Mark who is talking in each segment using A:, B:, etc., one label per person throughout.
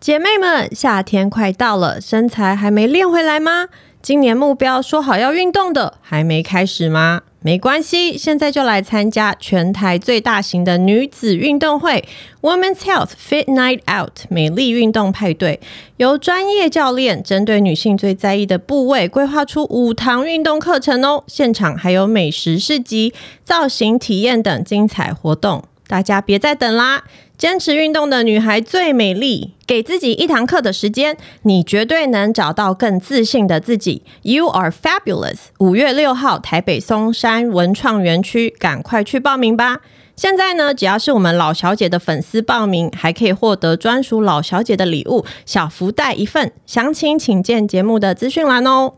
A: 姐妹们，夏天快到了，身材还没练回来吗？今年目标说好要运动的，还没开始吗？没关系，现在就来参加全台最大型的女子运动会 Women's Health Fit Night Out 美丽运动派对，由专业教练针对女性最在意的部位规划出五堂运动课程哦。现场还有美食市集、造型体验等精彩活动，大家别再等啦！坚持运动的女孩最美丽。给自己一堂课的时间，你绝对能找到更自信的自己。You are fabulous！五月六号，台北松山文创园区，赶快去报名吧！现在呢，只要是我们老小姐的粉丝报名，还可以获得专属老小姐的礼物——小福袋一份。详情请见节目的资讯栏哦。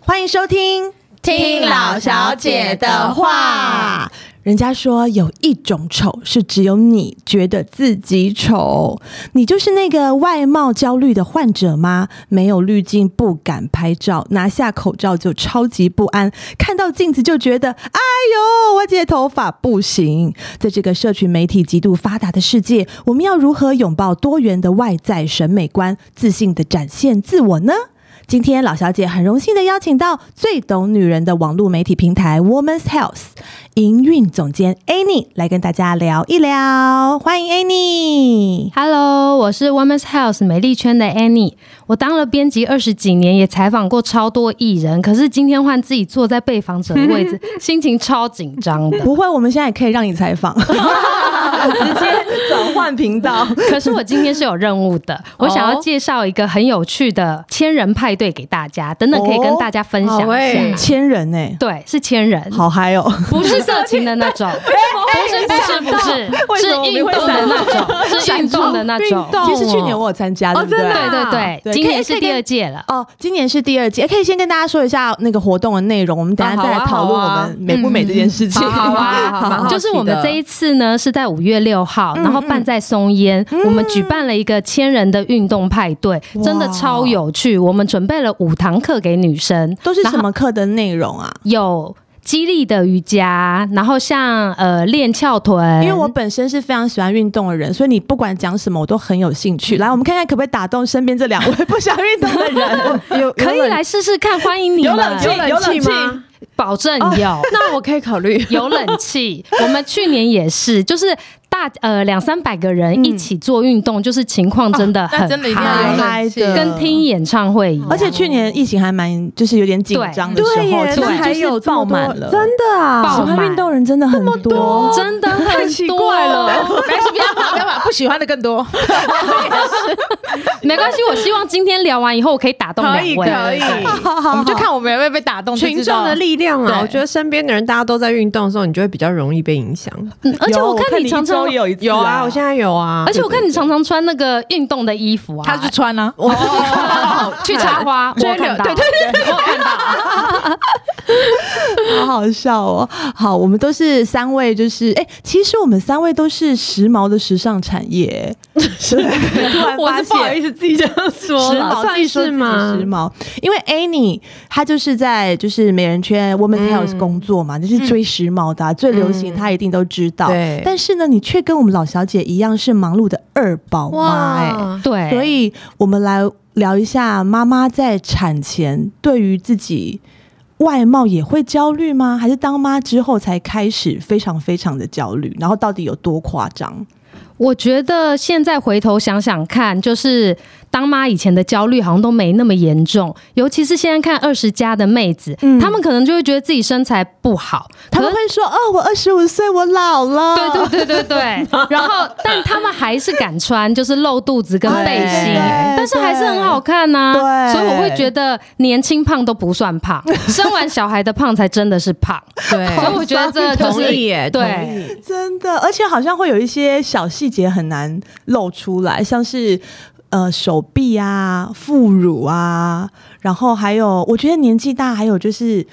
B: 欢迎收听。
C: 听老小姐的话。
B: 人家说有一种丑是只有你觉得自己丑，你就是那个外貌焦虑的患者吗？没有滤镜不敢拍照，拿下口罩就超级不安，看到镜子就觉得哎呦，我姐头发不行。在这个社群媒体极度发达的世界，我们要如何拥抱多元的外在审美观，自信的展现自我呢？今天老小姐很荣幸的邀请到最懂女人的网络媒体平台 Woman's Health 营运总监 Annie 来跟大家聊一聊，欢迎 Annie。
C: Hello，我是 Women's Health 美丽圈的 Annie。我当了编辑二十几年，也采访过超多艺人，可是今天换自己坐在被访者的位 置，心情超紧张的。
B: 不会，我们现在也可以让你采访，直接转换频 道。
C: 可是我今天是有任务的，我想要介绍一个很有趣的千人派对给大家，等等可以跟大家分享
A: 哦好
C: 一
A: 欸
C: 下。
B: 千人呢、
C: 对，是千人，
B: 好嗨哦！
C: 不是色情的 那种，哎不是不是不
B: 为
C: 是，
B: 什
C: 是
B: 么
C: 运动的那种， 是运动的那种。
B: 其实去年我有参加，
A: 哦
B: 对不对？
C: 对对
B: 对
C: 对，今
B: 可以
C: 年
B: 可
C: 是
B: 以
C: 第
B: 跟
C: 二届了。
B: 哦，今年是第二季，可以先跟大家说一下那个活动的内容，我们等一
A: 啊
B: 下
A: 好
B: 再
A: 啊
B: 来讨论
A: 好
B: 我
A: 啊
B: 们美不美这件事情。
A: 嗯好啊好 啊好啊
C: 就是我们这一次呢是在五月六号，然后办在松烟，我们举办了一个千人的运动派对，真的超有趣。我们准备了五堂课给女生，
B: 都是
C: 然
B: 什
C: 后
B: 么课的内容啊？
C: 有激励的瑜伽，然后像呃练翘臀，
B: 因为我本身是非常喜欢运动的人，所以你不管讲什么我都很有兴趣。来，我们看看可不可以打动身边这两位不想运动的人。
A: 有
C: 可以来试试看，欢迎你
A: 有
C: 们，
A: 冷气
B: 有冷
A: 有冷
B: 气
A: 气
B: 吗
A: 吗？
C: 保证有。
A: 那我可以考虑。
C: 有冷气。我们去年也是，就是大呃两三百个人一起做运动，就是情况真的很
D: 那真的一定要有
C: 嗨
B: 嗨
D: 冷气
B: 的
C: 跟听演唱会一样。
B: 而且去年疫情还蛮，就是有点紧张的时
A: 对
B: 候，
A: 耶，
B: 其
A: 那
B: 实
A: 还
B: 就是
A: 有这
B: 爆
A: 么多
B: 满了。
A: 真的啊！
C: 爆
B: 喜欢
C: 满
B: 运动的人真的很多，
C: 真的
A: 太
C: 很
A: 奇
C: 多
A: 怪了，
D: 没事，不要把不要把不喜欢的更 多。
C: 没关系。我希望今天聊完以后，我可以打动两位。
D: 我们就看我们有没有被打动。
A: 群众的，力量啊，
D: 对
A: 我觉得身边的人大家都在运动的时候，你就会比较容易被影响。
C: 嗯而且
B: 有
C: 我
B: 看
C: 看你常常
B: 一周也，有一次
A: 有啊，我现在有啊，
C: 而且我看你常常穿那个运动的衣服啊，哦
D: 他是穿啊，
A: 我
C: 去插花，我
A: 追
C: 有看到，
A: 流对
C: 对对，我有看到。
B: 好好笑哦！好，我们都是三位，就是哎、其实我们三位都是时髦的时尚产 业。对突然
A: 我
B: 发
A: 是不好
B: 现
A: 意思自己这样说
B: 时
A: 了，
B: 髦，自己
A: 算是
B: 说自己
A: 吗？
B: 时髦，因为 Annie 她就是在就是美人圈
A: 嗯
B: Women's Health 工作嘛，就是追时髦的啊、最流行，她一定都知道。
A: 对
B: 但是呢，你却跟我们老小姐一样是忙碌的二宝妈、哎，
A: 哇，
C: 对，
B: 所以我们来聊一下妈妈在产前对于自己。外貌也会焦虑吗？还是当妈之后才开始非常非常的焦虑？然后到底有多夸张？
C: 我觉得现在回头想想看，就是当妈以前的焦虑好像都没那么严重，尤其是现在看二十加的妹子，
B: 嗯
C: 她们可能就会觉得自己身材不好，
B: 他
C: 可
B: 们
C: 能
B: 会说：“哦，我二十五岁，我老了。”
C: 对对对 对对，然后但她们还是敢穿，就是露肚子跟背
B: 对
C: 心，
B: 对
C: 但是还是很好看呐、
B: 对
C: 所以我会觉得年轻胖都不算 胖，生完小孩的胖才真的是胖，
A: 对，
C: 所以我觉得这个就
A: 同
C: 是
A: 意耶，同意
C: 对。
B: 真的，而且好像会有一些小细节很难露出来，像是呃手臂啊、副乳啊，然后还有我觉得年纪大，还有就是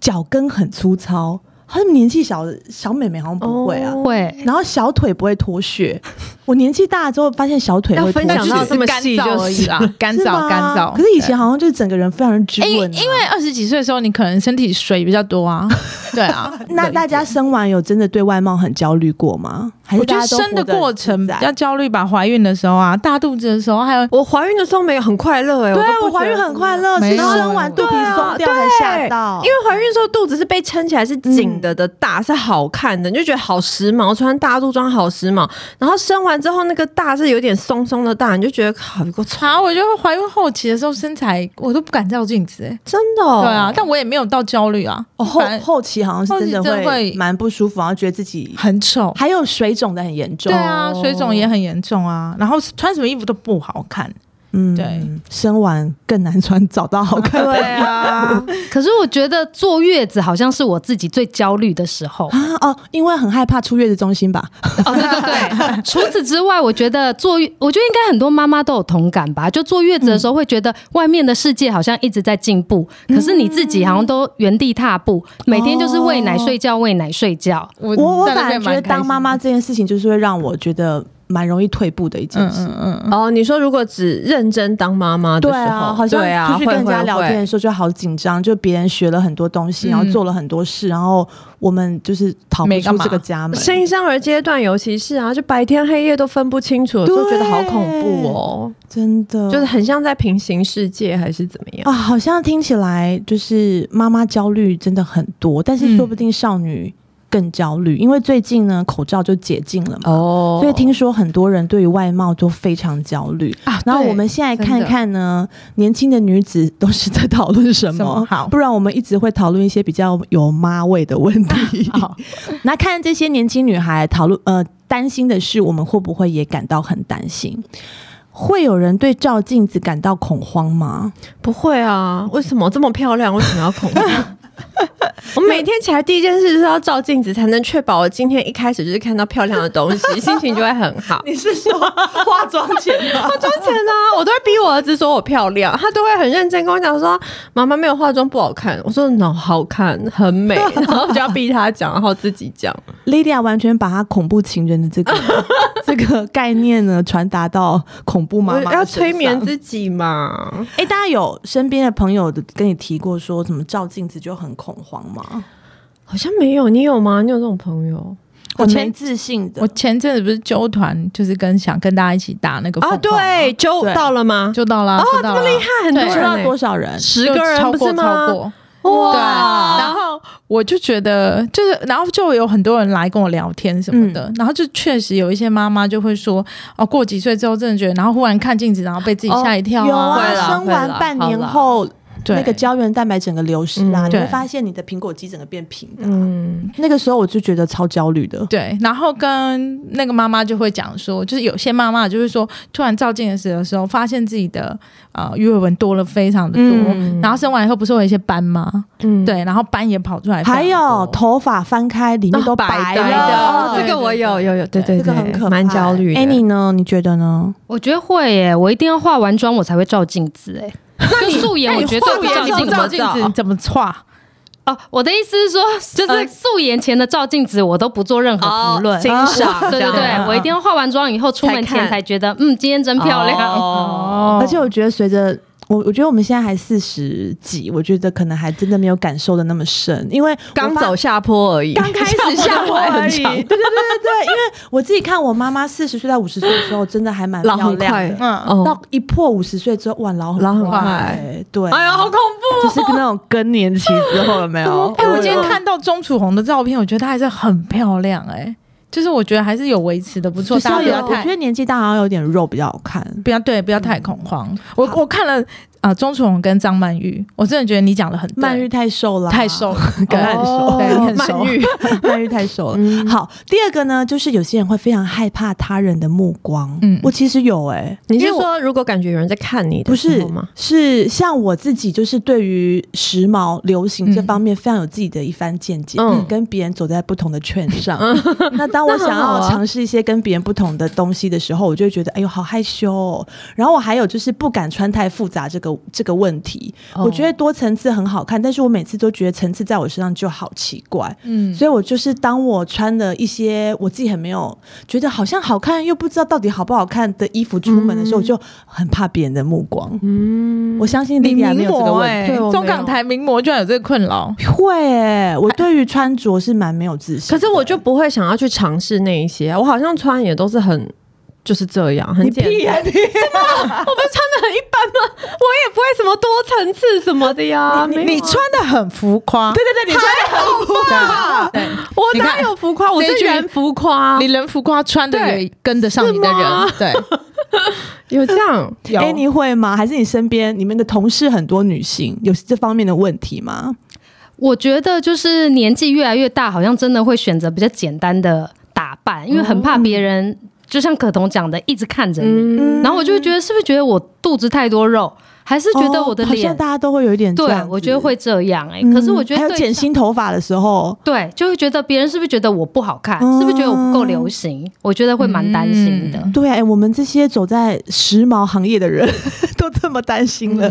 B: 脚跟很粗糙，好像年纪小的小妹妹好像不会啊。
A: 哦
C: 会，
B: 然后小腿不会脱屑，我年纪大了之后发现小腿会脱
A: 要分享
B: 屑，
A: 到
D: 就
A: 这么
D: 是干
A: 细
D: 燥而已啦， 干
B: 是吗
D: 燥干燥。
B: 可是以前好像就是整个人非常之
D: 对。因
B: 稳啊、
D: 因为二十几岁的时候，你可能身体水比较多啊，对啊，
B: 那大家生完有真的对外貌很焦虑过吗？还是
D: 我觉
B: 大
D: 得
B: 家都
D: 生的
B: 活得很
D: 过程
B: 自
D: 比
B: 在
D: 较焦虑吧，怀孕的时候啊，大肚子的时候，还有
A: 我怀孕的时候没有很快乐哎、
B: 对啊，
A: 都
B: 我
A: 不觉
B: 怀
A: 得
B: 孕很快乐，
D: 没
B: 是
D: 有
B: 生完啊肚皮松掉
A: 对
B: 还吓到，
A: 因为怀孕的时候肚子是被撑起来，是紧的的大，是好看的，你就觉得好时髦，穿大肚装好时髦。然后生完之后，那个大是有点松松的大，你就觉得好，我操，
D: 啊，我觉得怀孕后期的时候身材我都不敢照镜子、欸，
A: 真的、哦，
D: 对啊，但我也没有到焦虑啊，
B: 哦后
D: 反正
B: 后期好像是真
D: 后期真
B: 的
D: 的会
B: 会蛮不舒服，然后觉得自己
D: 很丑。
B: 还有水肿的很严重。
D: 对啊，水肿也很严重啊，然后穿什么衣服都不好看。
B: 嗯
D: 对，
B: 生完更难穿， 找到好看的
A: 对啊，
C: 可是我觉得坐月子好像是我自己最焦虑的时候。
B: 啊哦，因为很害怕出月子中心吧？
C: 哦，对对对。除此之外，我觉得坐月，我觉得应该很多妈妈都有同感吧。就坐月子的时候，会觉得外面的世界好像一直在进步，可是你自己好像都原地踏步，每天就是喂奶睡觉，喂奶睡觉。
D: 我
B: 我我
D: 在那
B: 反而
D: 边
B: 觉
D: 蛮
B: 得
D: 开心
B: 当妈妈这件事情，就是会让我觉得蛮容易退步的一件
D: 嗯
B: 事。
D: 嗯嗯嗯，
A: 哦，你说如果只认真当妈妈的
B: 对
A: 时候，
B: 啊，好像
A: 对啊
B: 出去跟人家
A: 会
B: 聊
A: 会
B: 天的时候就好紧张，就别人学了很多东西，然后
D: 嗯
B: 做了很多事，然后我们就是逃不
D: 没干
B: 出
D: 嘛
B: 这个家门。
A: 新生儿阶段，尤其是啊，就白天黑夜都分不清楚，就觉得好恐怖哦，
B: 真的
A: 就是很像在平行世界还是怎么样？
B: 啊，好像听起来就是妈妈焦虑真的很多，但是
D: 嗯
B: 说不定少女更焦虑，因为最近呢口罩就解禁了嘛。
A: 哦
B: 所以听说很多人对于外貌都非常焦虑
D: 啊
B: 然后
D: 对
B: 我们现在
D: 真的
B: 看看呢，年轻的女子都是在讨论什么？
D: 什么好
B: 不然我们一直会讨论一些比较有妈味的问题。
D: 好，
B: 那看这些年轻女孩讨论呃担心的是，我们会不会也感到很担心？会有人对照镜子感到恐慌吗？
A: 不会啊，为什么这么漂亮？为什么要恐慌？ 我每天起来第一件事就是要照镜子，才能确保我今天一开始就是看到漂亮的东 西，心情就会很好。
B: 你是说化妆前 吗？
A: 妆前呢，我都会逼我儿子说我漂亮，他都会很认真跟我讲说妈妈没有化妆不好看。我说 no 好看，很 美，然后就要逼他讲，然后自己讲。
B: Lydia 完全把她恐怖情人 的这个这个概念呢传达到恐怖妈
A: 我
B: 妈
A: 要
B: 的身
A: 催眠
B: 上。
A: 自己嘛。
B: 哎、大家有身边的朋友的跟你提过说怎么照镜子就很恐慌吗？
A: 好像没有，你有吗？你有这种朋友
D: 我
B: 很没
D: 前
B: 自信的
D: 我，前阵子不是纠团，就是跟想跟大家一起打那个
A: 啊？
D: 凤凰
A: 对，就
B: 对啊
A: 到了吗？
D: 就到了，
A: 哦，
D: 就
A: 这
D: 到
A: 么
D: 了
A: 厉，害，很多
D: 对
B: 知
A: 人
B: 道
A: 欸
B: 多少人？
A: 十个人
D: 超
A: 不是
D: 过超
A: 吗？
D: 过。对，然
A: 哇，
D: 后我就觉得，就是，然后就有很多人来跟我聊天什么的，然后就确实有一些妈妈就会说，哦，过几岁之后真的觉得，然后忽然看镜子，然后被自己吓一跳
B: 有
D: 啊，
A: 会啦
B: 啊，生完
A: 会啦
B: 半年
A: 好啦
B: 后，
D: 对，
B: 那个胶原蛋白整个流失啊，
A: 嗯
B: 你会
D: 对
B: 发现你的苹果肌整个变平的啊、
A: 嗯，
B: 那个时候我就觉得超焦虑的。
D: 对，然后跟那个妈妈就会讲说，就是有些妈妈就是说，突然照镜子的时候，发现自己的呃鱼尾纹多了非常的多，
A: 嗯
D: 然后生完以后不是会有一些斑吗？
A: 嗯，
D: 对，然后斑也跑出来非常多，
B: 还有头发翻开，里面
A: 哦
B: 都
A: 白
B: 了，
A: 的哦
D: 对
A: 这个我
D: 对
A: 有
D: 对
A: 有有，对对对，
D: 对
B: 这个很可怕，哎
A: 蛮焦虑的。
B: Annie 呢？你觉得呢？
C: 我觉得会耶，我一定要化完妆我才会照镜子哎。 就素颜，
D: 那
C: 我
D: 你
C: 绝
D: 化
C: 对不
D: 妆
C: 照
D: 你
C: 镜
D: 不
C: 子
D: 照镜子，你怎么画？
C: 哦。我的意思是哦说，
A: 就是
C: 呃素颜前的照镜子，我都不做任何
B: 哦
C: 评论。
A: 欣赏，
C: 对对
A: 这样
C: 对，我一定要化完妆以后出门
A: 才
C: 前
A: 看
C: 才觉得，嗯，今天真漂亮。
A: 哦，
B: 而且我觉得随着我，我觉得我们现在还四十几，我觉得可能还真的没有感受的那么深，因为我
A: 刚
B: 发
A: 走下坡而已，
B: 刚开始下坡而 已。
A: 下坡而
B: 对对对对
A: 已
B: 对，因为我自己看我妈妈四十岁到五十岁的时候，真的还蛮
A: 老
B: 漂
A: 很
B: 亮
A: 快，
B: 的。
D: 嗯，
A: 哦，
B: 到一破五十岁之后，哇，老很
A: 老很
B: 快
A: 快，
B: 对，
A: 哎呀，好恐怖
B: 就
A: 哦！
B: 是那种更年期之后有没有？
D: 哎、我今天看到钟楚红的照片，我觉得她还是很漂亮、哎，就是我觉得还是有维持的不错，
B: 就是
D: 大家
B: 要
D: 不
B: 有，我
D: 要
B: 觉
D: 太
B: 得年纪大好像有点肉比较好看。
D: 不要对，不要太恐慌。我我看了啊、钟楚红跟张曼玉，我真的觉得你讲的很对
B: 曼玉太瘦了，哦
D: 太 瘦，了，
B: 对
D: 对
B: 很熟
D: 对很熟
A: 曼玉，
B: 曼玉太瘦了。
A: 嗯
B: 好，第二个呢，就是有些人会非常害怕他人的目光。嗯
D: 嗯，
B: 我其实有哎、
A: 你
B: 因
A: 是
B: 为我
A: 说如果感觉有人在看你
B: 不
A: 的时
B: 是
A: 候吗？
B: 是像我自己，就是对于时髦、流行这
D: 嗯
B: 方面非常有自己的一番见解，
A: 嗯
B: 跟别人走在不同的圈上。 那当我
A: 那很
B: 想
A: 好
B: 要
A: 啊
B: 尝试一些跟别人不同的东西的时候，我就会觉得哎呦好害羞、哦。然后我还有就是不敢穿太复杂这个个这个问题。
A: 哦
B: 我觉得多层次很好看，但是我每次都觉得层次在我身上就好奇怪。
D: 嗯，
B: 所以我就是当我穿了一些我自己很没有觉得好像好看又不知道到底好不好看的衣服出门的时候，我就很怕别人的目光。嗯，我相信莉
D: 你
B: 莉娅没
D: 名
B: 有这个
D: 模
B: 问
D: 哎、
A: 对我没有
D: 中港台名模居然有这个困扰，
B: 题。会欸，我对于穿着是蛮没有自信
A: 可
B: 的。
A: 是我就不会想要去尝试那一些啊，我好像穿也都是很就是这样，很
B: 你
A: 简
B: 屁
A: 单。
B: 啊
A: 我
B: 你！
A: 们穿的很一般吗？我也不会什么多层次什么的呀。
D: 你
A: 没有啊
D: 你穿的很浮夸，
B: 对对对，你
D: 对对，
A: 啊我
D: 你
A: 哪
D: 看
A: 有浮夸？我
D: 这
A: 是
D: 一句
A: 人浮夸
D: 啊你，人浮夸，穿的也跟得上你的
A: 是吗
D: 人，对，
A: 有这样。
D: 有
B: 哎、你会吗？还是你身边你们的同事很多女性有这方面的问题吗？
C: 我觉得就是年纪越来越大，好像真的会选择比较简单的打扮，因为很怕别人，就像可彤讲的，一直看着你。
A: 嗯，
C: 然后我就会觉得，是不是觉得我肚子太多肉，还是觉得我的
B: 哦好
C: 脸？
B: 像大家都会有一点这
C: 对
B: 样，子
C: 我觉得会这样哎、
B: 嗯
C: 可是我觉得
B: 还有
C: 对
B: 剪新头发的时候，
C: 对，就会觉得别人是不是觉得我不好看，
B: 嗯
C: 是不是觉得我不够流行？我觉得会蛮担心的。
D: 嗯
B: 对啊，哎、我们这些走在时髦行业的人 都这么担心了。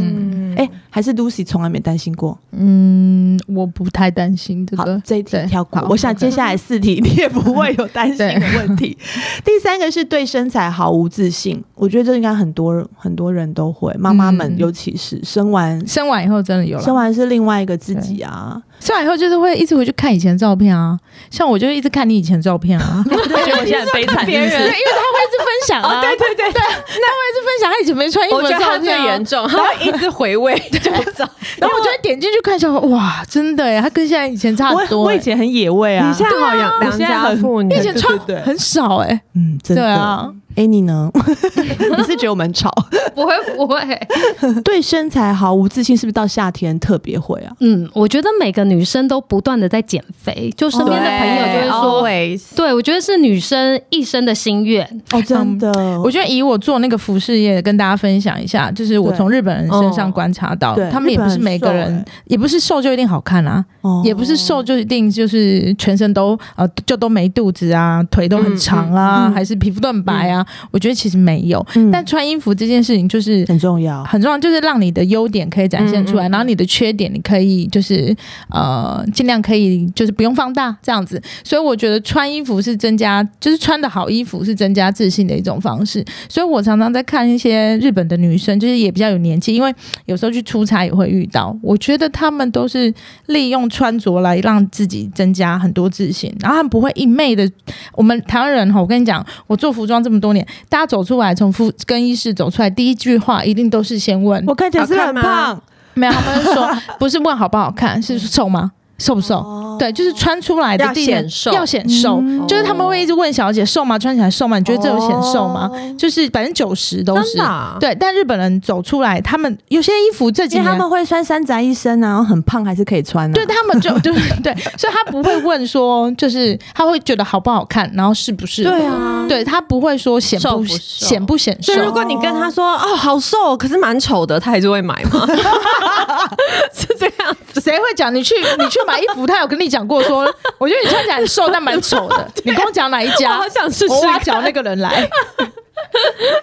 B: 哎、
A: 嗯
B: 还是 Lucy 从来没担心过。
D: 嗯，我不太担心这
B: 好
D: 个，，
B: 这一题
D: 对
B: 跳过
D: 好。
B: 我想接下来四题 你也不会有担心的问题。第三个是对身材毫无自信，我觉得这应该很多人很多人都会，妈妈们
D: 嗯
B: 尤其是生完
D: 生完以后真的有了，
B: 生完是另外一个自己啊。
D: 生完以后就是会一直回去看以前的照片啊，像我就一直看你以前的照片啊，对，因为
B: 觉得我现在很悲惨，
A: 别
D: 他会一
A: 人，哦
D: 直分享啊，对对对对，他会一直分享他以前没穿衣服
A: 我觉
D: 的
A: 得他
D: 照
A: 最
D: 片啊
A: 严，重，啊他会一直回 味旧照。
D: 然后我就会点进去看一下，哇，真的耶，欸他跟现在以前差很
B: 我
D: 多欸
B: 我
D: 耶，
B: 以前很野味啊，
A: 你现在好养良家妇女
D: 你以，前穿
B: 对对对
D: 很少哎，
B: 嗯，真
D: 对
B: 的。
D: 啊，
B: 哎，你 呢？你是觉得我们吵？
C: 不会不会，
B: 对身材毫无自信，是不是到夏天特别会啊？
C: 嗯，我觉得每个女生都不断的在减肥，就身边的朋友就会说，
A: 会说，
C: 对我觉得是女生一生的心愿。
B: 哦，真的，
D: 我觉得以我做那个服饰业，跟大家分享一下，就是我
B: 对
D: 从日本人身上
A: 哦
D: 观察到
B: 对，
D: 他们也不是每个
B: 日本很
D: 人
B: 瘦，欸
D: 也不是瘦就一定好看啊，
B: 哦
D: 也不是瘦就一定就是全身都呃就都没肚子啊，腿都很长啊，
B: 嗯嗯嗯
D: 还是皮肤都很白啊。我觉得其实没有，
B: 嗯
D: 但嗯穿衣服这件事情就是
B: 很重要。
D: 很重要，就是让你的优点可以展现出
A: 嗯
D: 来，
A: 嗯嗯
D: 然后你的缺点你可以就是呃尽量可以就是不用放大这样子。所以我觉得穿衣服是增加，就是穿的好衣服是增加自信的一种方式。所以我常常在看一些日本的女生，就是也比较有年纪，因为有时候去出差也会遇到，我觉得她们都是利用穿着来让自己增加很多自信，然后她们不会一昧的。我们台湾人哈，我跟你讲，我做服装这么多年，大家走出来从服更衣室走出来，第一句话一定都是先问
B: 我看起来是不是很
A: 好看
B: 胖，
D: 没有，他们是说不是问好不好看，是瘦吗？瘦不瘦？对，就是穿出来的
A: 要
D: 第一眼
A: 显瘦
D: 要显瘦。
B: 嗯
D: 就是他们会一直问小姐瘦吗？穿起来瘦吗？你觉得这有显瘦吗？
B: 哦
D: 就是百分之九十都
A: 真
D: 是
A: 的。啊，
D: 对，但日本人走出来，他们有些衣服这几
B: 因为他
D: 年
B: 们会穿三宅一生啊，然后很胖还是可以穿啊。
D: 对他们就 对对，所以他不会问说，就是他会觉得好不好看，然后适不适合。
A: 对啊。
D: 对他不会说显
A: 瘦
D: 不
A: 不瘦
D: 显不显
A: 所以如
D: 瘦。
A: 果你跟他说哦好瘦，可是蛮丑的，他还是会买吗？ 是这样子，
D: 谁会讲你去你去买衣服？他有跟你讲过说， 我觉得你穿起来很瘦，但蛮丑 的。你跟我讲哪一
A: 我
D: 家
A: 好？想试试
D: 我挖
A: 看。
D: 角那个 人来。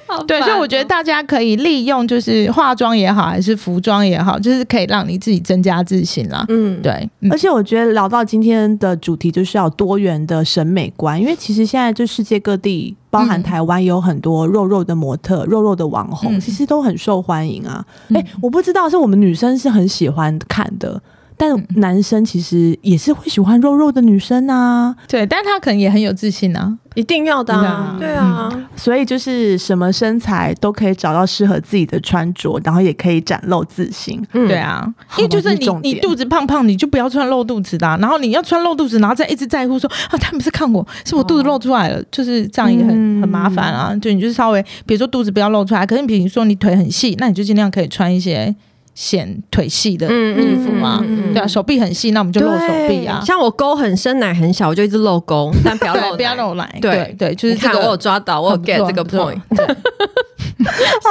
A: 好烦哦
D: 对，所以我觉得大家可以利用就是化妆也好，还是服装也好，就是可以让你自己增加自信啦。
A: 嗯，
D: 对，嗯
B: 而且我觉得聊到今天的主题，就是要有多元的审美观，因为其实现在就世界各地，包含
D: 嗯
B: 台湾，有很多肉肉的模特、肉肉的网红，
D: 嗯
B: 其实都很受欢迎啊。
D: 嗯
B: 哎、我不知道是我们女生是很喜欢看的，但
D: 嗯
B: 男生其实也是会喜欢肉肉的女生啊。
D: 对，但他可能也很有自信啊。
A: 一定要的啊，
D: 对
A: 对
D: 啊
A: 啊，
B: 所以就是什么身材都可以找到适合自己的穿着，然后也可以展露自信。
A: 嗯
D: 对，啊，
B: 好
D: 因为就
B: 这
D: 是
B: 是
D: 你
B: 重
D: 你
B: 点
D: 肚子胖胖，你就不要穿露肚子的啊、然后你要穿露肚子，然后再一直在乎说啊，他们是看我是我肚子露出来了，
A: 哦
D: 就是这样也很、
B: 嗯
D: 很麻烦啊。就你就是稍微，比如说肚子不要露出来，可是比如说你腿很细，那你就尽量可以穿一些显腿细的。
A: 嗯
D: 衣服嘛
A: 嗯嗯嗯
D: 对啊，手臂很细，那我们就露手臂啊
A: 对。像我沟很深，奶很小，我就一直露沟，但不要露
D: 对，
A: 奶，
D: 不要露奶。
A: 对
D: 对对，就是
A: 你
D: 这
A: 看
D: 个
A: 我有抓到，我有
D: 很不错
A: get 这个
D: 很不错
A: point。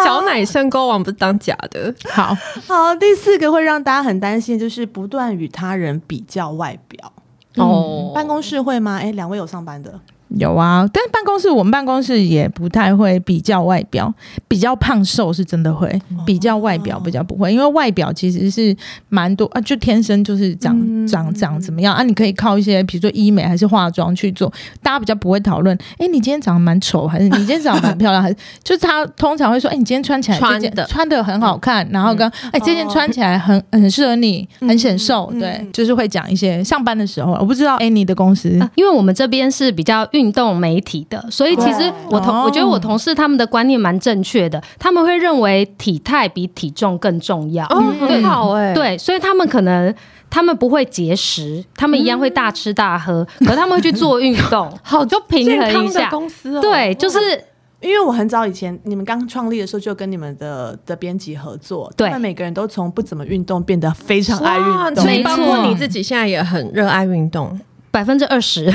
A: 小奶深沟王不是当假的，
D: 好，
B: 好，第四个会让大家很担心，就是不断与他人比较外表。
D: 哦
B: 办公室会吗？哎、两位有上班的，
D: 有啊，但是办公室我们办公室也不太会比较外表，比较胖瘦是真的会，
B: 哦
A: 嗯
D: 比较外表比较不会，因为外表其实是蛮多啊，就天生就是长、
B: 嗯
D: 长长怎么样啊，你可以靠一些比如说医美还是化妆去做，大家比较不会讨论，哎、你今天长得蛮丑，还是你今天长得蛮漂亮，还是 就是他通常会说，哎、你今天穿起来这件
A: 穿的
D: 穿的很好看，然后跟哎、这件
B: 哦
D: 穿起来很很适合你，很显瘦，
B: 嗯嗯
D: 对
B: 嗯，
D: 就是会讲一些上班的时候，我不知道哎、你的公司。
C: 啊因为我们这边是比较运动媒体的，所以其实我同、
D: 哦
C: 我觉得我同事他们的观念蛮正确的，他们会认为体态比体重更重要。嗯
A: 哦，
D: 嗯
A: 很好哎、，
C: 对，所以他们可能他们不会节食，他们一样会大吃大喝，可他们会去做运动，
A: 好
C: 就平
A: 健
C: 衡
A: 康
C: 一
A: 的
C: 下。
A: 公司、哦，
C: 对，就是
B: 因为我很早以前，你们刚创立的时候就跟你们的的编辑合作，
C: 对
B: 他们每个人都从不怎么运动变得非常爱
A: 哇
B: 运动，
A: 所以
C: 没
A: 包
C: 错
A: 括你自己现在也很热爱运动，
C: 百分之二十。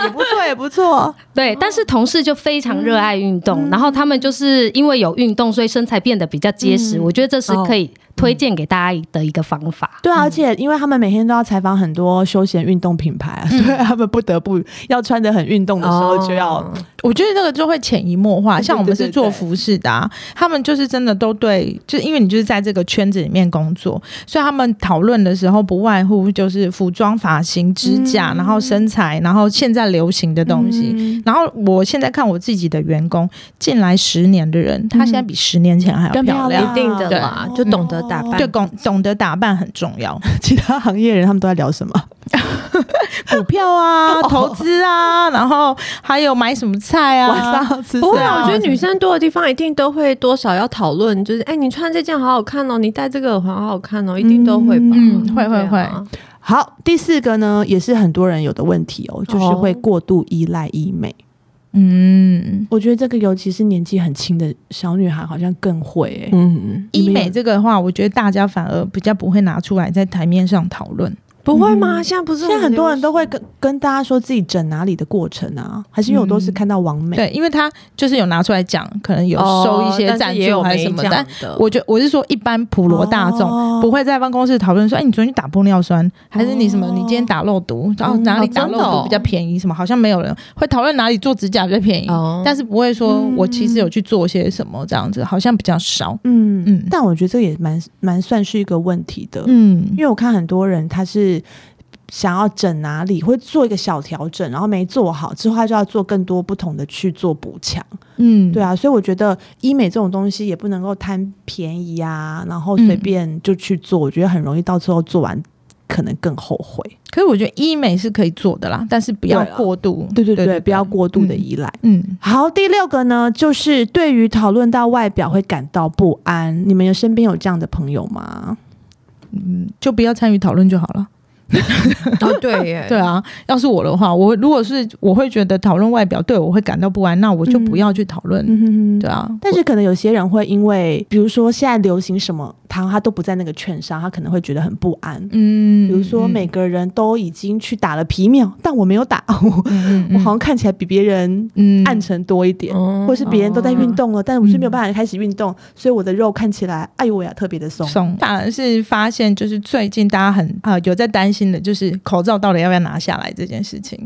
B: 也不错，也不错。
C: 对，但是同事就非常热爱运动，然后他们就是因为有运动，所以身材变得比较结实。我觉得这是可以推荐给大家的一个方法。
B: 对啊，而且因为他们每天都要采访很多休闲运动品牌啊，所以他们不得不要穿的很运动的时候就要嗯
A: 哦
D: 我觉得这个就会潜移默化，
B: 对
D: 像我们
B: 对
D: 是
B: 对
D: 做
B: 对
D: 服饰的、啊，他们就是真的都对，就是因为你就是在这个圈子里面工作，所以他们讨论的时候不外乎就是服装、发型、指甲，
B: 嗯
D: 然后身材，然后现在流行的东西。
A: 嗯
D: 然后我现在看我自己的员工进来十年的人，他现在比十年前还要
B: 更嗯漂
D: 漂
B: 亮
D: 亮。
A: 一定的啦，
B: 对哦
A: 就懂得打扮。
D: 对，懂懂得打扮很重要，
B: 其他行业人他们都在聊什么？
D: 股票啊、
B: 哦
D: 投资啊，然后还有买什么菜啊，
B: 晚上要吃
A: 不会
B: 什
A: 啊，
B: 么
A: 我觉得女生多的地方一定都会多少要讨论，就是哎、你穿这件好好看哦，你戴这个好好看哦，一定都会吧？
D: 嗯会会
A: 对啊
B: 好，第四个呢，也是很多人有的问题哦，就是
A: 哦
B: 会过度依赖医美。
D: 嗯，
B: 我觉得这个尤其是年纪很轻的小女孩，好像更会、欸。
A: 嗯，
D: 医美
B: 有
D: 这个的话，我觉得大家反而比较不会拿出来在台面上讨论。
A: 不会吗？现在不是
B: 现在很多人都会
A: 流
B: 跟跟大家说自己整哪里的过程啊，还是因为我都是看到王美，
D: 对，因为他就是有拿出来讲，可能有
A: 行
D: 收一
A: 哦
D: 些
A: 但
D: 赞
A: 是也有
D: 助还是什么，
A: 没
D: 但
A: 讲的
D: 我觉我是说一般普罗大众。
B: 哦
D: 不会在办公室讨论说，哎，你昨天去打玻尿酸，还是你什么？你今天打肉毒，然后
B: 嗯
D: 哪里
A: 哦
D: 打
A: 真的
D: 肉毒
A: 哦
D: 比较便宜？什么好像没有人会讨论哪里做指甲比较便宜，
A: 哦
D: 但是不会说我其实有去做些什么这样子，好像比较少。
B: 嗯
D: 嗯
B: 嗯，但我觉得这也蛮蛮算是一个问题的，
D: 嗯
B: 因为我看很多人他是想要整哪里，会做一个小调整，然后没做好之后，他就要做更多不同的去做补强。
D: 嗯，
B: 对啊，所以我觉得医美这种东西也不能够贪便宜啊，然后随便就去做，我觉得很容易到最后做完可能更后悔。
D: 可是我觉得医美是可以做的啦，但是不要
B: 对啊
D: 过度。
B: 对对对，不要过度的依赖。
D: 嗯，
B: 好，第六个呢，就是对于讨论到外表会感到不安。你们有身边有这样的朋友吗？
D: 就不要参与讨论就好了。
A: 哦，对耶，
D: 对啊，要是我的话，我如果是我会觉得讨论外表对我会感到不安，那我就不要去讨论。
B: 嗯哼哼
D: 对啊，
B: 但是可能有些人会因为，比如说现在流行什么，他他都不在那个圈上，他可能会觉得很不安。
D: 嗯，
B: 比如说每个人都已经去打了皮秒，但我没有打， 我、
D: 嗯
B: 我好像看起来比别人
D: 嗯哦
B: 暗沉多一点，
A: 嗯
B: 哦或是别人都在运动了，但是我是没有办法开始运动，所以我的肉看起来，哎呦我呀，特别的松。
D: 松，反而是发现就是最近大家很啊、有在担心的，就是口罩到底要不要拿下来这件事 情。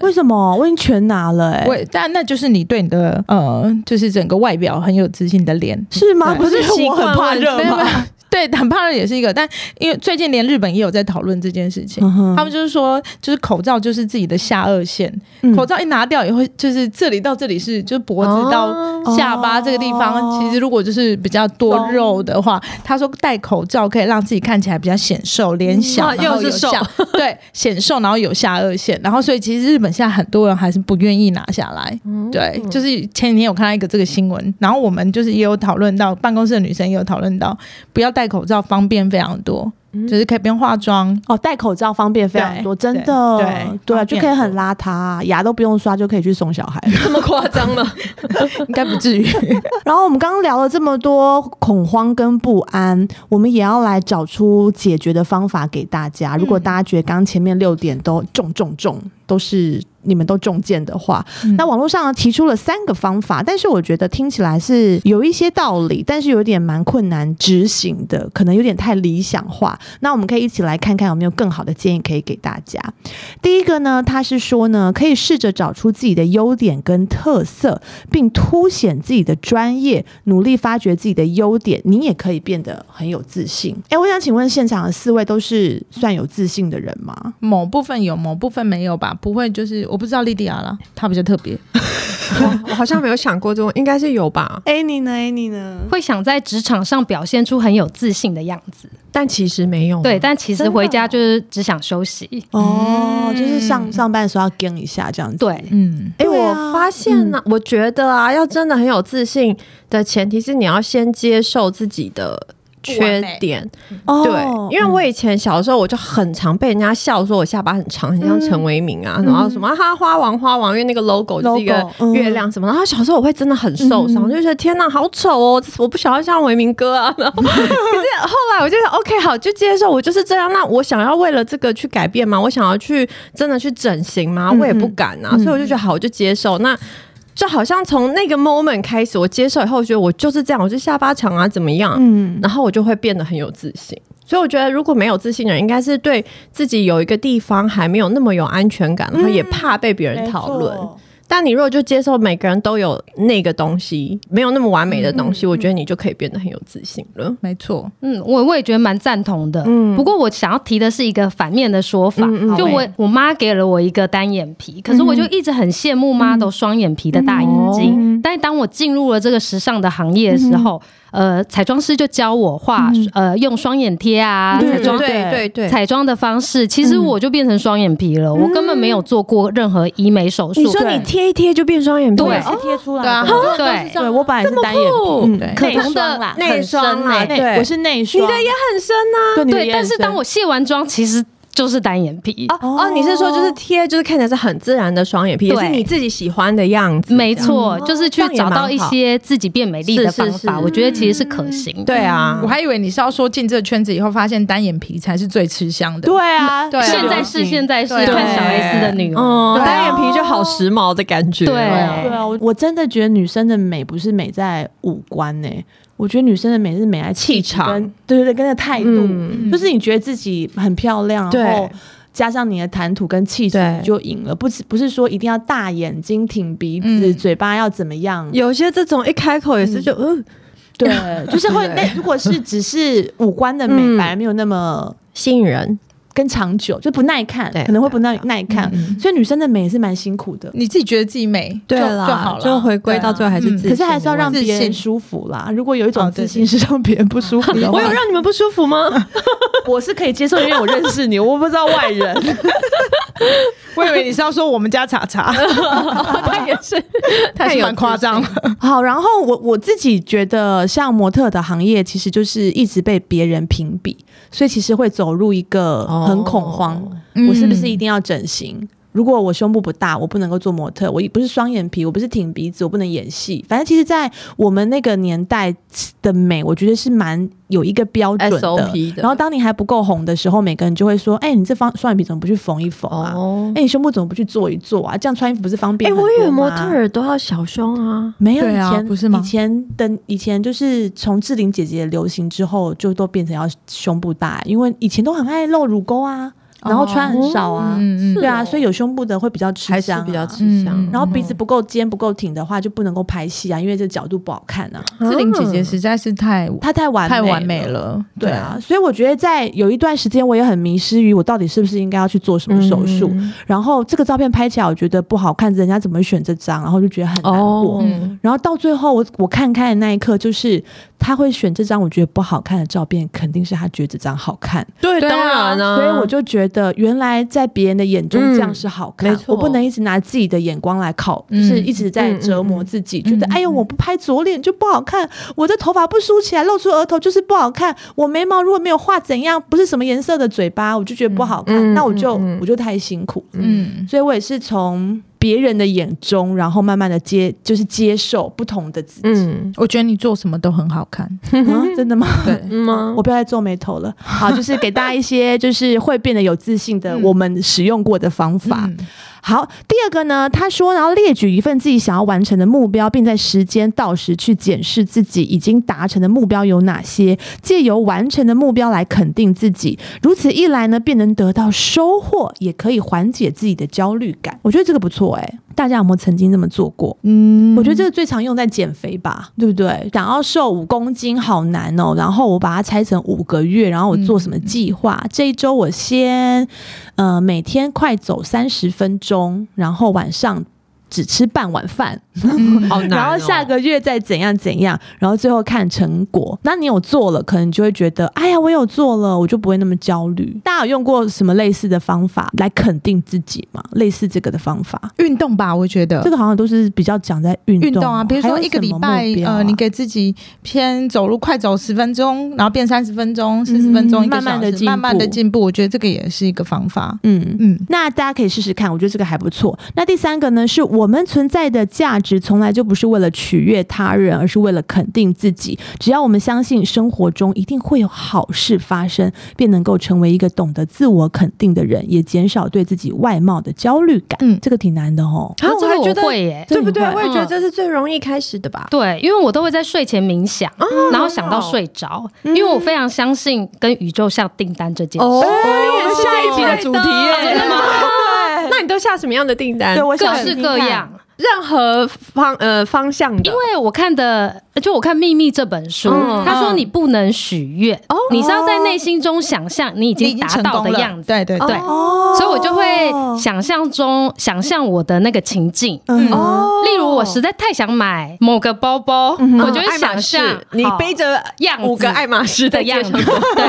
B: 为什么？我已经全拿了、欸，
D: 我但那就是你对你的呃，就是整个外表很有自信的 脸。
B: 是吗？
D: 对
B: 不是
A: 是习
B: 我很
A: 惯
B: 怕
A: 问
B: 热
D: 没有没有
B: 吗？，
D: 对，很怕热也是一个，但因为最近连日本也有在讨论这件事情，
B: 嗯哼
D: 他们就是说，就是口罩就是自己的下颚线，
B: 嗯
D: 口罩一拿掉也会，就是这里到这里是，就是脖子到
A: 哦
D: 下巴这个地方，
B: 哦
D: 其实如果就是比较多肉的话，他说戴口罩可以让自己看起来比较显瘦、脸小，
A: 嗯哇
D: 然后
A: 又是
D: 有下对，显瘦，然后有下颚线，然后所以其实日本现在很多人还是不愿意拿下来。
A: 嗯
D: 对，就是前几天有看到一个这个新闻，然后我们就是也有讨论到，办公室的女生也有讨论到，不要戴口罩方便非常多，
A: 嗯
D: 就是可以不用化妆，
B: 哦，戴口罩方便非常多，
D: 对
B: 真的，
D: 对
B: 对啊，
D: 方便
B: 就可以很邋遢、牙都不用刷就可以去送小孩了。
A: 这么夸张吗？
D: 应该不至于。
B: 然后我们刚刚聊了这么多恐慌跟不安，我们也要来找出解决的方法给大家。如果大家觉得刚刚前面六点都中中中都是你们都中箭的话，
D: 嗯
B: 那网络上提出了三个方法，但是我觉得听起来是有一些道理，但是有点蛮困难执行的，可能有点太理想化。那我们可以一起来看看有没有更好的建议可以给大家。第一个呢，他是说呢，可以试着找出自己的优点跟特色，并凸显自己的专业，努力发掘自己的优点，你也可以变得很有自信。哎，我想请问现场的四位都是算有自信的人吗？
D: 某部分有，某部分没有吧？不会，就是我不知道莉迪亚啦，她比较特别。
A: 我我好像没有想过这种，应该是有吧，
B: 哎，你呢？哎，你呢？
C: 会想在职场上表现出很有自信的样子，
A: 但其实没有。
C: 对，，但其
B: 真
C: 实
B: 的
C: 回家就是只想休息。
B: 哦，
D: 嗯
B: 就是上上班的时候要跟一下这样子。
C: 对
D: 嗯，
A: 哎、
B: 对
A: 我
B: 啊
A: 发现呢、我觉得啊，要真的很有自信的前提是你要先接受自己的缺点，
B: 哦，
A: 对，因为我以前小时候我就很常被人家笑说我下巴很长，很像陈为民啊，然后什么啊哈花王花王，因为那个 logo 就是一个
B: 嗯 logo，嗯
A: 月亮什么的，然后小时候我会真的很受伤，
D: 嗯
A: 就觉得天哪，好丑哦，我不想要像为民哥啊，然 后可是后来我就想 OK 好，就接受我就是这样，那我想要为了这个去改变吗？我想要去真的去整形吗？
B: 嗯
A: 我也不敢啊，所以我就觉得好，我就接受那。就好像从那个 moment 开始，我接受以后，我觉得我就是这样，我就下巴长啊，怎么样？
B: 嗯
A: 然后我就会变得很有自信。所以我觉得，如果没有自信的人，应该是对自己有一个地方还没有那么有安全感，然后
C: 嗯
A: 也怕被别人讨论。但你如果就接受每个人都有那个东西，没有那么完美的东西，我觉得你就可以变得很有自信了。
D: 没错。
C: 嗯，我我也觉得蛮赞同的。嗯，不过我想要提的是一个反面的说法，
A: 嗯嗯嗯
C: 就
D: 好
C: 我
D: 欸
C: 我妈给了我一个单眼皮，可是我就一直很羡慕妈都双眼皮的大眼睛。
A: 哦
B: 嗯
C: 但是当我进入了这个时尚的行业的时
A: 嗯
C: 候，呃，彩妆师就教我画、
B: 嗯
C: 呃用双眼贴啊，
B: 对
C: 彩妆
A: 对
B: 对
A: 对对，嗯
C: 彩妆的方式，其实我就变成双眼皮了，我根本没有做过任何医美手术。
A: 你说你贴一贴就变双眼皮，
C: 对哦
B: 是贴出来
D: 对啊，
B: 的。
D: 很多都
C: 对
D: 是这
B: 对
D: 样
B: 我本来是单眼
A: 酷
B: 皮，
D: 对
C: 可
B: 内
C: 能
B: 双啦
C: 的，
A: 内双啦
C: 很深欸
A: 对
B: 我是内
A: 你
B: 双，
A: 的也很深啊呐、
B: 对你的
C: 对，
B: 也
C: 但
B: 很
C: 是当
B: 深
C: 我卸完妆，其实就是单眼皮。
A: 哦哦，你是说就是贴，就是看起来是很自然的双眼皮，也
C: 对
A: 是你自己喜欢的样子。
C: 没错，
A: 哦这样
C: 就是去找到一。些自己变美丽的方法，
A: 是是是
C: 我觉得其实是可行的。
A: 这样也蛮好
C: 嗯
D: 我
A: 对啊，
D: 还以为你是要说进这个圈子以后，发现单眼皮才是最吃香的。
B: 对啊，
D: 对啊
C: 现在是现在是
D: 对
C: 看小 S 的女儿，
A: 嗯，
D: 对啊
A: 单眼皮就好时髦的感觉。
C: 对
B: 对啊，我我真的觉得女生的美不是美在五官呢、我觉得女生的美是美在气质
A: 气场
B: 跟，对对对，跟那个态度，
A: 嗯
B: 就是你觉得自己很漂亮，
A: 对
B: 然后加上你的谈吐跟气质，
A: 对
B: 你就赢了。不是不是说一定要大眼睛、挺鼻子、
D: 嗯
B: 嘴巴要怎么 样，
A: 有些这种一开口也是就嗯
B: 对，就是 会那如果是只是五官的美，
A: 嗯
B: 反而没有那么。
A: 吸引人，
B: 跟长久就不耐看
A: 对，啊嗯
B: 可能会不耐耐看，所以女生的美也是蛮辛苦的。
D: 你自己觉得自己美，
A: 对
D: 就
A: 啦
D: 就好了，
A: 就回归到最后还是
D: 对啊
A: 自己
B: 可是还是要让别
D: 自
B: 人
D: 信
B: 舒服啦。如果有一种
D: 哦对
B: 自信是让别人不舒服的话，
A: 我有让你们不舒服 吗？
B: 我是可以接受，因为我认识你，我不知道外人。
D: 我以为你是要说我们家 查查，
A: 他也 是，
D: 他是蛮夸张的。
B: 好，然后我我自己觉得，像模特的行业，其实就是一直被别人评比，所以其实会走入一个
A: 哦嗯
B: 很恐慌，我是不是一定要整形？如果我胸部不大，我不能够做模特；我不是双眼皮，我不是挺鼻子，我不能演戏。反正其实，在我们那个年代的美，我觉得是蛮有一个标准的。
A: SOP 的
B: 然后，当你还不够红的时候，每个人就会说：“哎、你这方双眼皮怎么不去缝一缝啊？
A: 哦
B: 哎、，你胸部怎么不去做一做啊？这样穿衣服不是方便
A: 哎，
B: 很多
A: 我
B: 吗？”
A: 以为模特儿都要小胸啊，
B: 没有以
D: 对啊
B: 前
D: 不是吗
B: 以前的以前就是从志玲姐姐流行之后，就都变成要胸部大，因为以前都很爱露乳沟啊，然后穿很少啊，
D: 嗯
B: 对啊，所以有胸部的会比较吃
A: 还是
B: 香、啊，
A: 比较吃香
D: 嗯。
B: 然后鼻子不够尖、不够挺的话，就不能够拍戏啊，因为这角度不好看啊，
D: 嗯志玲姐姐实在是太
A: 嗯
B: 她太完美
D: 太完美
B: 了。
D: 了，
B: 对啊，所以我觉得在有一段时间，我也很迷失于我到底是不是应该要去做什么手术。
A: 嗯
B: 然后这个照片拍起来，我觉得不好看，人家怎么选这张，然后就觉得很难
A: 哦
B: 过。
D: 嗯
B: 然后到最后我我看开的那一刻，就是他会选这张我觉得不好看的照片，肯定是他觉得这张好看，
A: 对，
D: 对啊
A: 当然啊，
B: 所以我就觉得原来在别人的眼中
A: 嗯
B: 这样是好看，
A: 没错
B: 我不能一直拿自己的眼光来考，
D: 嗯
B: 就是一直在折磨自己，觉得
D: 嗯嗯
B: 哎呦我不拍左脸就不好看，我的头发不梳起来露出额头就是不好看，我眉毛如果没有画怎样，不是什么颜色的嘴巴，我就觉得不好看，
A: 嗯嗯
B: 那我就、
A: 嗯嗯
B: 我就太辛苦了。
D: 嗯，
B: 所以我也是从别人的眼中，然后慢慢的接，就是接受不同的自己。
A: 嗯
D: 我觉得你做什么都很好看，
B: 嗯真的 吗？
D: 对。
A: 嗯吗
B: 我？不要再皱眉头 了。好，就是给大家一些就是会变得有自信的
D: 嗯
B: 我们使用过的方法。
D: 嗯
B: 好，第二个呢，他说，然后列举一份自己想要完成的目标，并在时间到时去检视自己已经达成的目标有哪些，借由完成的目标来肯定自己。如此一来呢，便能得到收获，也可以缓解自己的焦虑感。我觉得这个不错哎、大家有没有曾经这么做过？
D: 嗯
B: 我觉得这个最常用在减肥吧，对不对？想要瘦五公斤好难哦，然后我把它拆成五个月，然后我
A: 嗯
B: 做什么计划？这一周我先呃每天快走三十分钟，然后晚上。只吃半碗饭，
A: 好难、哦。
B: 然后下个月再怎样怎样，然后最后看成果。那你有做了，可能就会觉得，哎呀，我有做了，我就不会那么焦虑。大家有用过什么类似的方法来肯定自己吗？类似这个的方法，
D: 运动吧，我觉得
B: 这个好像都是比较讲在运动
D: 运动啊，
B: 哦
D: 比如说
B: 还有
D: 一个
B: 什
D: 礼
B: 么目
D: 拜，
B: 标啊
D: 呃，你给自己偏走路快走十分钟，然后变三十分钟、四十分钟，
B: 嗯
D: 一个小
B: 慢
D: 时
B: 慢地进步
D: 慢慢的进步，我觉得这个也是一个方法。
B: 嗯。
D: 嗯，
B: 那大家可以试试看，我觉得这个还不错。那第三个呢，是我们存在的价值从来就不是为了取悦他人，而是为了肯定自己。只要我们相信生活中一定会有好事发生，便能够成为一个懂得自我肯定的人，也减少对自己外貌的焦虑感。
D: 嗯
B: 这个挺难的哦。
A: 啊
C: 啊，这
A: 我还
C: 个
A: 觉
C: 我
A: 得
C: 会耶、
A: 对不对？
B: 这你
A: 我
B: 会
A: 也觉得
C: 嗯
A: 这是最容易开始的吧。
C: 对，因为我都会在睡前冥想，
A: 哦
C: 然后想到睡着，因为我非常相信跟宇宙下订单这件事。
A: 嗯哦，
B: 我们下一集的主题耶
C: 真的吗？
A: 那你都下什么样的订单？
B: 对，我想
C: 各式各样，
A: 任何方呃方向的，
C: 因为我看的，就我看《秘密》这本书，
A: 嗯哦
C: 他说你不能许愿，你是要在内心中想象你已
D: 你已
C: 经
D: 经
C: 达
D: 成
C: 到
D: 功
C: 的
D: 了，
C: 样子，
D: 对对对，
A: 哦
B: 哦
C: 所以我就会想象中想象我的那个情境。
B: 嗯
A: 哦嗯
C: 例如，我实在太想买某个包包，我就会想象
A: 爱马仕你背着
C: 样子
A: 五个爱马仕
C: 的
A: 在
C: 样
A: 街
C: 子，
A: 上
C: 对，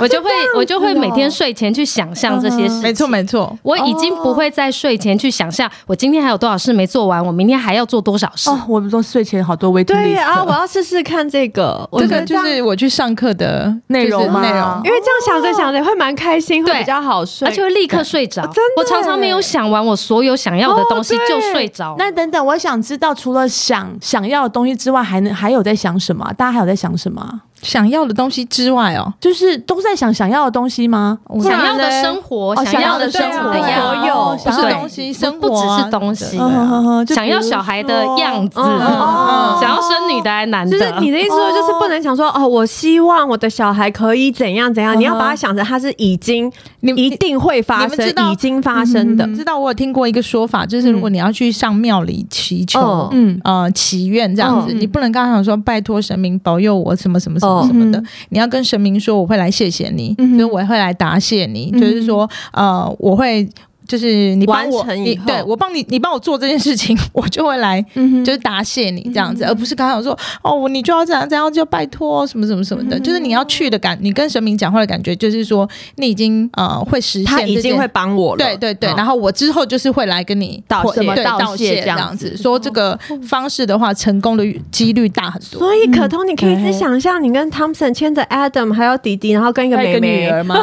C: 我就会我就会每天睡前去想象这些事情。
A: 嗯
D: 没错没错。
C: 我已经不会在睡前去想象我今天还有多少事没做完，我明天还要做多少事。
B: 哦，我们说睡前好多 wait
A: 对啊，我
B: list，
A: 要试试看这个，我
D: 这
A: 觉得
D: 个就
A: 样
D: 是我去上课的
B: 内容
D: 就是
B: 吗
D: 内容啊
A: 因为这样想着想着会蛮开心，会
C: 对
A: 比较好睡，
C: 而且会立刻睡着
A: 真的耶。
C: 我常常没有想完我所有想要的东西
A: 哦对
C: 就睡着。
B: 那等等，我想知道，除了想想要的东西之外，还能还有在想什么啊？大家还有在想什么啊？
D: 想要的东西之外哦，
B: 就是都在想想要的东西吗？
C: 想要的生活，
B: 哦想
C: 要
B: 要的
C: 的生
B: 生活
D: 啊
C: 活的样
A: 我有
C: 子，不
D: 不
C: 是
D: 是东
C: 东
D: 西，
C: 西，
D: 生
C: 不
D: 活
C: 只
D: 啊
C: 是东西
D: 对
B: 嗯
D: 啊
C: 想要小孩
B: 哦
C: 的样子，
A: 嗯
D: 嗯
C: 想要生女的还男
A: 就是
C: 的。
A: 你的意思说，就是不能想说哦，我希望我的小孩可以怎样怎样，你要
B: 嗯哼
A: 把它想成它是已经
D: 你
A: 一定会发
D: 你们
A: 生
D: 知道，
A: 已经发生的
D: 嗯。知道我有听过一个说法，就是如果你要去上庙里祈求
A: 哦，
B: 嗯
D: 呃，祈愿这样子，
B: 嗯
D: 你不能刚想说拜托神明保佑我什么什么什么什么的，
B: 嗯
D: 你要跟神明说我会来谢谢你，
B: 嗯哼
D: 就是我会来答谢你，
B: 嗯
D: 就是说呃，我会就是你帮我，
A: 完成以
D: 你
A: 后
D: 对我帮你，你帮我做这件事情， 我就会来。
B: 嗯哼
D: 就是答谢你这样子，而不是刚想说哦，你就要这样这样，就拜托什么什么什么的，就是你要去的感，你跟神明讲话的感觉，就是说你已经呃会实现
A: 他
D: 这件，
A: 已经会帮我了，
D: 对对对，
A: 嗯
D: 然后我之后就是会来跟你
A: 道
D: 或
A: 谢
D: 对
B: 道
D: 道
B: 谢
D: 谢
B: 这
D: 这
B: 样嗯
D: 样子，说这个方式的话，成功的几率大很多。
A: 所以可通，你可以一
B: 对
A: 直想象你跟 Thompson 牵着 Adam 还有弟弟，然后跟一个
B: 还
A: 妹
B: 有一个女
A: 妹，
B: 儿吗？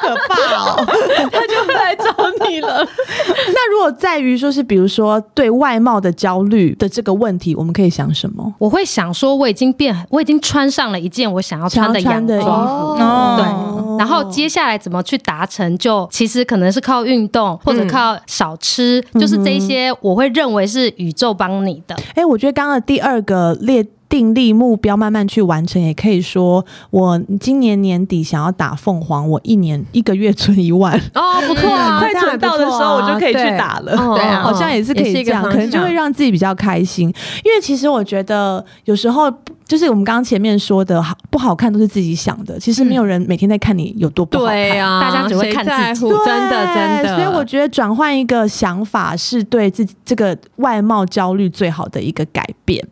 D: 可怕哦！
A: 他就会来找你了。
B: 那如果在于说是，比如说对外貌的焦虑的这个问题，我们可以想什么？
C: 我会想说，我已经变，我已经穿上了一件我想要穿的
B: 想要
C: 洋
B: 穿的
C: 装。
D: 哦
B: 对
C: 然后接下来怎么去达成就，其实可能是靠运动或者靠少吃，就是这一些我会认为是宇宙帮你的。
B: 哎、我觉得刚刚的第二个列定立目标，慢慢去完成，也可以说我今年年底想要打凤凰，我一年一个月存一万，
A: 哦，不错啊，
B: 快存到的时候我就可以去打了。嗯
A: 对嗯
D: 啊
B: 好像也是可以这样，可能就会让自己比较开心。因为其实我觉得有时候就是我们刚刚前面说的，好不好看都是自己想的，其实没有人每天在看你有多不好
A: 嗯
B: 看。
A: 对啊，
C: 大家只会看自己
A: 谁在乎
B: 对
A: 哦真的真的。
B: 所以我觉得转换一个想法是对自己这个外貌焦虑最好的一个改变。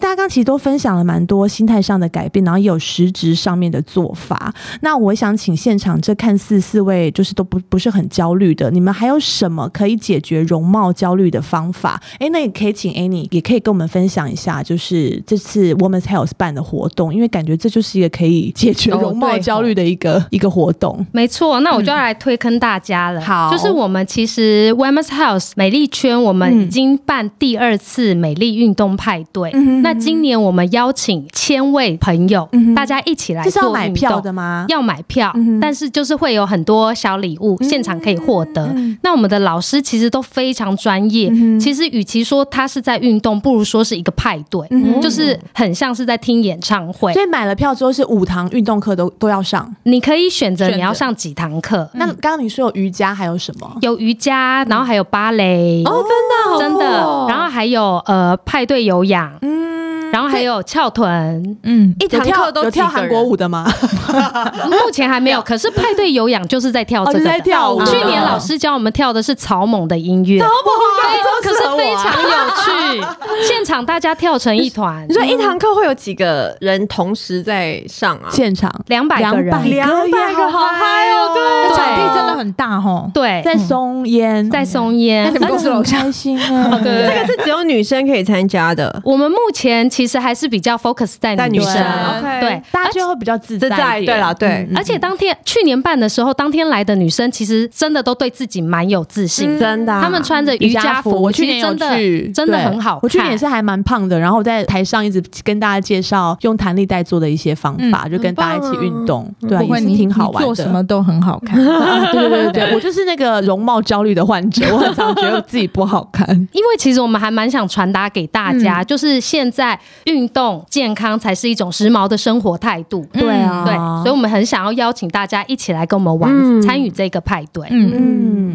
B: 大家刚其实都分享了蛮多心态上的改变，然后也有实质上面的做法。那我想请现场这看似四位就是都不不是很焦虑的，你们还有什么可以解决容貌焦虑的方法？哎，那也可以请 Annie 也可以跟我们分享一下，就是这次 Women's Health 办的活动，因为感觉这就是一个可以解决
A: 哦
B: 容貌
A: 对哦
B: 焦虑的一个、一个活动。
C: 没错，那我就要来推坑大家了。
B: 嗯好
C: 就是我们其实 Women's House 美丽圈，我们已经办第二次美丽运动派对。
B: 嗯
C: 那今年我们邀请千位朋友，
B: 嗯哼
C: 大家一起来
B: 这是要
C: 做
B: 买
C: 运
B: 票
C: 动
B: 的吗？
C: 要买票，
B: 嗯哼
C: 但是就是会有很多小礼物，现场可以获得。
B: 嗯
C: 那我们的老师其实都非常专业，
B: 嗯哼
C: 其实与其说他是在运动，不如说是一个派对，
B: 嗯哼
C: 就是很像是在听演唱会
B: 所。以买了票之后是五堂运动课都都要上。
C: 你可以选择
D: 选择
C: 你要上几堂课，
B: 那刚刚你说有瑜伽，还有什么？
C: 有瑜伽，然后还有芭蕾，
A: 哦，真的，
C: 真的，然后还有呃派对有氧，
B: 嗯，
C: 然后还有翘臀，
D: 嗯，
A: 一
B: 有
A: 堂
B: 跳
A: 课都
B: 有跳
A: 几个
B: 韩国
A: 人
B: 舞的吗？
C: 目前还没 有，可是派对有氧就是在跳
B: 哦，就
C: 这
B: 是
C: 个
B: 在
C: 的。
B: 跳
A: 啊
B: 舞的。
C: 去年老师教我们跳的是草蜢的音乐，
A: 哇，
C: 可
A: 这么适合
C: 是
A: 我
C: 非
A: 啊
C: 常 有趣，现场大家跳成一团
A: 你，说一堂课会有几个人同时在上啊？
B: 现场
C: 两百个人，
B: 两
A: 两百
B: 个
A: 个，好嗨哦！对，
D: 那场地真的很大吼，
C: 对，
B: 在松烟，
C: 在松烟
D: 那 你。们公司
B: 很
D: 楼下
B: 开心哎。
C: 对对
A: 这
C: 对
A: 个是只有女生可以参加的，
C: 我们目前其实还是比较 focus 在
A: 在女
C: 生，
A: 生，OK
C: 对，
B: 大家就会比较自
A: 自
B: 在
A: 在
B: 一点。
A: 对啦对
B: 嗯嗯
C: 而且当天去年办的时候，当天来的女生其实真的都对自己蛮有自信，
A: 真的啊
C: 她们穿着
B: 嗯瑜
C: 瑜伽服，
B: 我去
C: 其
B: 年
C: 实
B: 有
C: 真的
B: 去，
C: 真的
B: 对
C: 很好看
B: 我去年也是还蛮胖的，然后我在台上一直跟大家介绍用弹力带做的一些方
C: 嗯
B: 法，就跟大家一起运动，对啊，
D: 嗯不
B: 也
D: 会
B: 是
D: 你
B: 挺好玩
D: 你
B: 的。
D: 做什么都很好 看。
B: 啊？对对对对对，我就是那个容貌焦虑的患者，我很常觉得自己不好 看。
C: 因为其实我们还蛮想传达给大家，
B: 嗯
C: 就是现在运动健康才是一种时髦的生活态度。
B: 嗯
D: 对
C: 嗯
D: 啊
C: 对，所以我们很想要邀请大家一起来跟我们玩，
A: 嗯
C: 参与这个派对。
D: 嗯，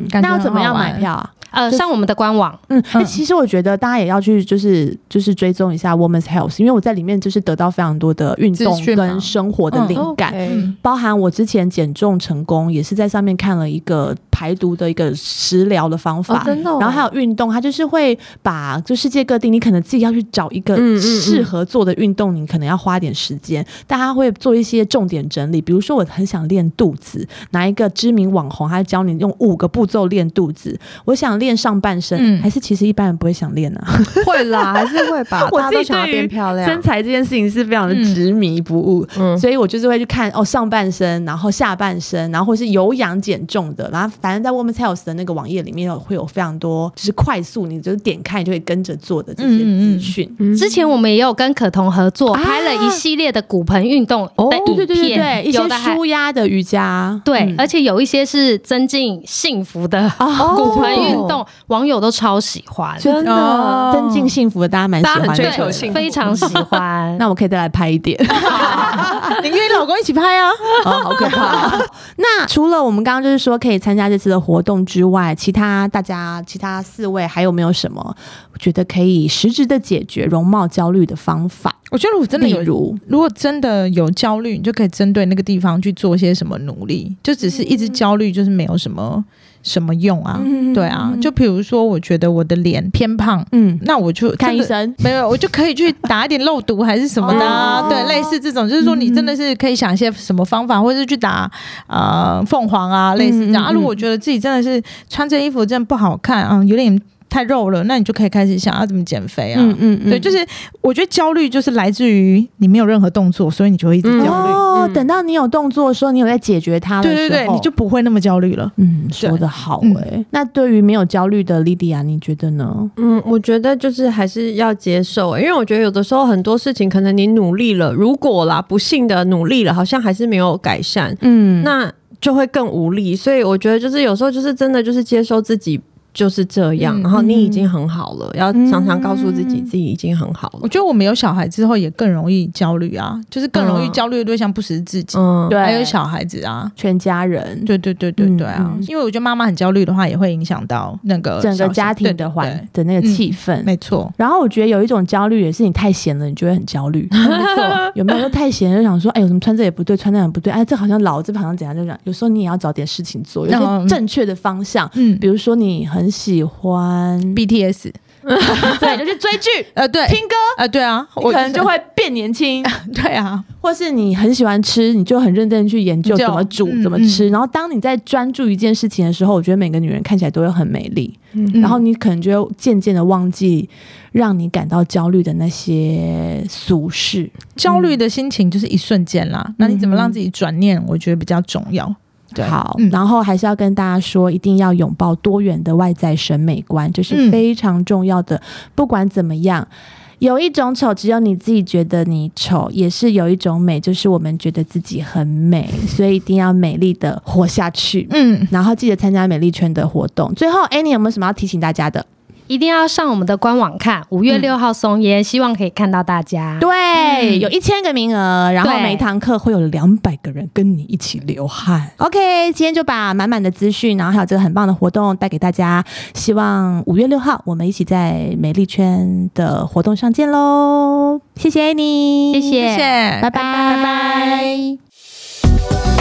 B: 嗯，
D: 感觉
B: 那要
D: 很
B: 怎么样
D: 好玩
B: 买票啊？
C: 呃，上我们的官网，
B: 嗯，那
D: 嗯
B: 其实我觉得大家也要去，就是就是追踪一下 Women's Health，因为我在里面就是得到非常多的运
D: 资
B: 动
D: 讯嘛
B: 跟生活的
D: 嗯
B: 灵感。
A: 嗯
B: 包含我之前减重成功，也是在上面看了一个排毒的一个食疗的方法，
A: 哦真的哦
B: 然后还有运动，它就是会把就世界各地，你可能自己要去找一个
A: 嗯嗯嗯
B: 适合做的运动，你可能要花点时间，但它会做一些重点整理。比如说，我很想练肚子，拿一个知名网红，他教你用五个步骤练肚子。我想练上半身，
D: 嗯
B: 还是其实一般人不会想练呢、啊？，
A: 会啦，还是会吧
B: 我
A: 大家
B: 自己
A: 都想要
B: 对于
A: 变漂亮
B: 身。材这件事情是非常
C: 嗯
B: 的执迷不悟，
A: 嗯
B: 所以我就是会去看哦上半身，然后下半身，然后或是有氧减重的，然后反正在 Women's Health 的那个网页里面有会有非常多，就是快速你就是点开你就会跟着做的这些
D: 嗯嗯
B: 资
D: 嗯
B: 讯。
C: 之前我们也有跟可彤合作，
B: 啊
C: 拍了一系列的骨盆运动
A: 哦
C: 的
B: 对对
C: 影
B: 对对对，一
C: 嗯片，有
B: 些
C: 的还
B: 舒压的瑜伽，
C: 对
B: 嗯，
C: 而且有一些是增进幸福的
B: 哦
C: 骨盆运动，网友都超喜欢，
A: 真的
D: 哦
B: 增进幸福的，大家蛮喜欢
A: 大
B: 的，
A: 家很追求幸
C: 对，
A: 福
C: 非常喜 欢。
B: 那我可以再来拍一点，
D: 你跟你老公一起拍啊？
B: 哦，好可怕、 那除了我们刚刚就是说可以参加这次的活动之外，其他大家其他四位还有没有什么觉得可以实质的解决容貌焦虑的方法？
D: 我觉得我真的
B: 例
D: 有
B: 如，
D: 如果真的有焦虑，你就可以针对那个地方去做些什么努力，就只是一直焦虑，就是没有什么什么用啊。
B: 嗯
D: 对啊，
B: 嗯
D: 就比如说，我觉得我的脸偏胖，
B: 嗯，
D: 那我就
B: 看医
D: 真的。
B: 生。
D: 没有，我就可以去打一点肉毒还是什么的啊、
A: 哦
D: 对，类似这种，就是说你真的是可以想一些什么方法，或者是去打呃凤凰啊，类似这
B: 嗯
D: 样。
B: 嗯
D: 啊，如果我觉得自己真的是穿这衣服真的不好看啊、有点太肉了，那你就可以开始想要怎么减肥啊。
B: 嗯嗯嗯
D: 对，就是我觉得焦虑就是来自于你没有任何动作，所以你就会一直
A: 嗯
D: 焦虑。
B: 哦，
A: 嗯
B: 等到你有动作的时候，你有在解决它的
D: 对
B: 时候，
D: 对对，你就不会那么焦虑了。
B: 嗯说的好哎、那对于没有焦虑的莉迪亚，你觉得呢？
A: 嗯，我觉得就是还是要接受、欸因为我觉得有的时候很多事情，可能你努力了，如果啦不幸的努力了，好像还是没有改善，
B: 嗯
A: 那就会更无力。所以我觉得就是有时候就是真的就是接受自己就是这样，
D: 嗯
A: 然后你已经很好了，要常常告诉自己
B: 嗯
A: 自己已经很好
D: 我
A: 了。
D: 觉得我们有小孩之后也更容易焦虑啊，就是更容易
A: 嗯
D: 焦虑的对象不是自己，
A: 嗯，
B: 对，
D: 还有小孩子啊。
B: 全家人，
D: 对对对对对啊！
B: 嗯嗯
D: 因为我觉得妈妈很焦虑的话，也会影响到那个
B: 整
D: 小
B: 个
D: 孩
B: 家庭
D: 对
B: 的
D: 对
B: 环
D: 对
B: 的那个
D: 嗯
B: 气氛。
D: 没错，
B: 然后我觉得有一种焦虑，也是你太闲了，你就会很焦 虑。有没有说太闲就想说，哎，我怎么穿这也不对，穿那也不对，哎，这好像老，这好像怎样，就这样。有时候你也要找点事情做，有
D: 嗯
B: 些正确的方向，
D: 嗯
B: 比如说你很喜欢，
D: ，BTS，
B: 对，就是追剧、
D: 呃，对，
B: 听歌，
D: 呃，对啊，我
B: 你可能就会变年轻。
D: 对啊，
B: 或是你很喜欢吃，你就很认真地去研究
D: 就
B: 怎么煮、
D: 嗯
B: 怎么吃。然后当你在专注一件事情的时候，我觉得每个女人看起来都会很美丽。
D: 嗯
B: 然后你可能就会渐渐的忘记让你感到焦虑的那些俗事。
D: 焦虑的心情就是一瞬间啦。那你怎么让自己转念？我觉得比较重要。对，
B: 好，
D: 嗯
B: 然后还是要跟大家说，一定要拥抱多元的外在审美观，这是
D: 嗯
B: 非常重要的。不管怎么样。有一种丑，只有你自己觉得你丑，也是有一种美，就是我们觉得自己很 美，所以一定要美丽的活下去。
D: 嗯，
B: 然后记得参加美丽圈的活动。最后，Annie 有没有什么要提醒大家的？
C: 一定要上我们的官网看，五月六号松烟，希望可以看到大家。
B: 嗯对，有一千个名额，然后
C: 对
B: 每一堂课会有两百个人跟你一起流汗。OK，今天就把满满的资讯，然后还有这个很棒的活动带给大家。希望五月六号我们一起在美丽圈的活动上见喽！谢谢你，
C: 谢谢
D: 谢谢，
B: 拜拜。拜拜
D: 拜拜